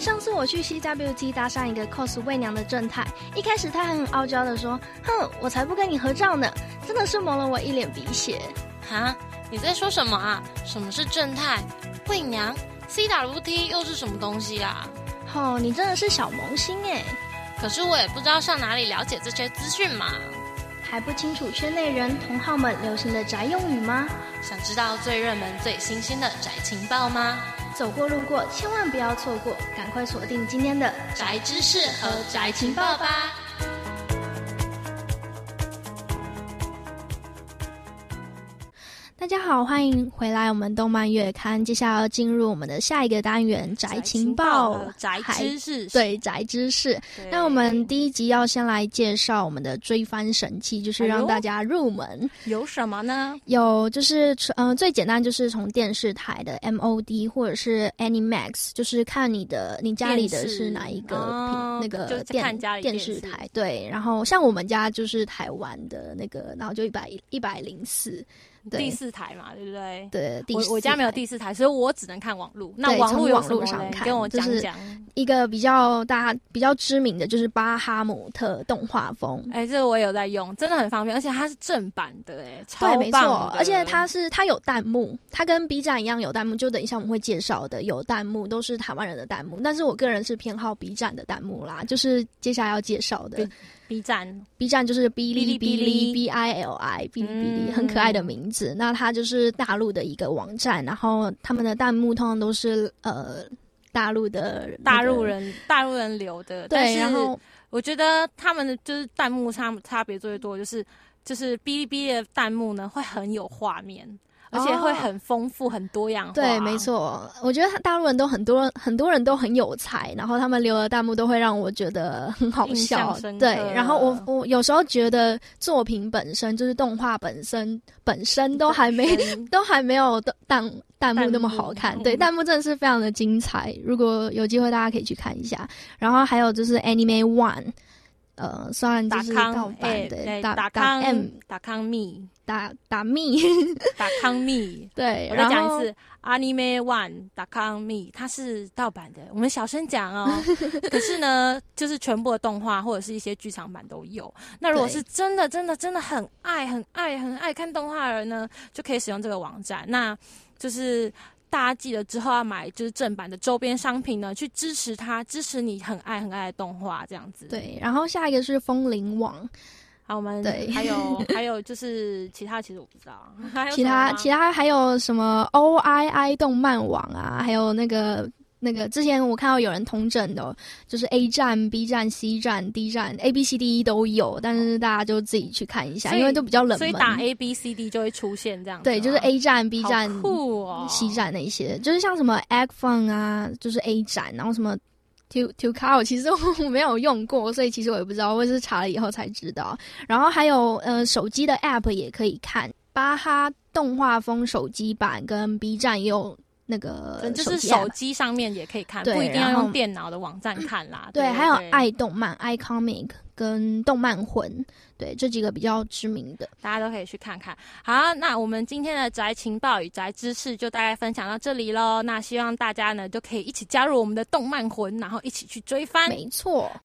上次我去 CWT 搭讪一个 cos 媚娘的正太，一开始他很傲娇的说：“哼，我才不跟你合照呢！”真的是蒙了我一脸鼻血。啊，你在说什么啊？什么是正太？媚娘？CWT 又是什么东西啊？哦，你真的是小萌新哎，可是我也不知道上哪里了解这些资讯嘛。还不清楚圈内人同好们流行的宅用语吗？想知道最热门、最新兴的宅情报吗？走过路过千万不要错过，赶快锁定今天的宅知识和宅情报吧。大家好，欢迎回来我们动漫月刊。接下来要进入我们的下一个单元——宅情报、宅知识。对宅知识。对那我们第一集要先来介绍我们的追番神器，就是哎让呦大家入门。有什么呢？有就是嗯、呃最简单就是从电视台的 MOD 或者是 Animax，就是看你的你家里的电视是哪一个频、哦那就个是电看家里电电视视台。对，然后像我们家就是台湾的那个，然后就一百一百零四，对第四台嘛，对不对？对，第我我家四没有台第四台，所以我只能看网路。那对网从路有网什路么上嘞？你看跟我就讲是讲。一个比较大、比较知名的就是巴哈姆特动画风。哎、这个我有在用，真的很方便，而且它是正版的、哎，超对，棒没错的，而且它是它有弹幕，它跟 B 站一样有弹幕，就等一下我们会介绍的有弹幕，都是台湾人的弹幕。但是我个人是偏好 B 站的弹幕啦，就是接下来要介绍的对 B 站 B 站就是哔哩哔哔哩哔哩哩 B I L I 哔哩哔哩，嗯很可爱的名字。那它就是大陆的一个网站，然后他们的弹幕通常都是呃大陆的那大个陆。人、大陆人留的，但对，是然后我觉得他们的就是弹幕差差别最多就是就是哔哩哔哩的弹幕呢会很有画面，而且会很丰富、很多样化。哦对，没。错，我觉得大陆人都很多，很多人都很有才，然后他们留的弹幕都会让我觉得很好印笑象。深对刻，然后我我有时候觉得作品本身就是动画本身本身都还没 都还没有的弹弹幕那么好看。弹幕对，嗯弹幕真的是非常的精彩，如果有机会大家可以去看一下。然后还有就是 Anime One。呃，虽然就打是盗康版哎的哎打打打 M 康打康蜜打打密，，打康蜜 对，我再然讲后一次，Anime One 打康蜜，它是盗版的，我们小声讲 哦。可是呢，就是全部的动画或者是一些剧场版都有。那如果对是真的真的真的很爱很爱很爱看动画的人呢，就可以使用这个网站。那就是。大家记得之后要买就是正版的周边商品呢，去支持它，支持你很爱很爱的动画这样子。，对，然后下一个是风铃网，好，我们对 还有还有就是其他其实我不知道，还有其他其他他还有什么 O I I 动漫网啊，还有那个那个之前我看到有人通证的哦，就是 A 站、B 站、C 站、D 站、A B C D E 都有，但是大家就自己去看一下，所以因为都比较冷所门以。打 A B C D 就会出现这样子吗。对，就是 A 站、B 好站、酷哦， C 站那些，就是像什么 Egg Fun 啊，就是 A 站，然后什么 To To Cow，其实我没有用过，所以其实我也不知道，我也是查了以后才知道。然后还有呃，手机的 App 也可以看，巴哈动画风手机版跟 B 站也有那个嗯，就手是机手 app 机上面也可以看，对不一定要然后用电脑的网站看啦。对，对，还有对爱动漫、iComic 跟动漫魂，对这几个比较知名的。大家都可以去看看。好，那我们今天的宅情报与宅知识就大概分享到这里喽。那希望大家呢就可以一起加入我们的动漫魂，然后一起去追番。没错，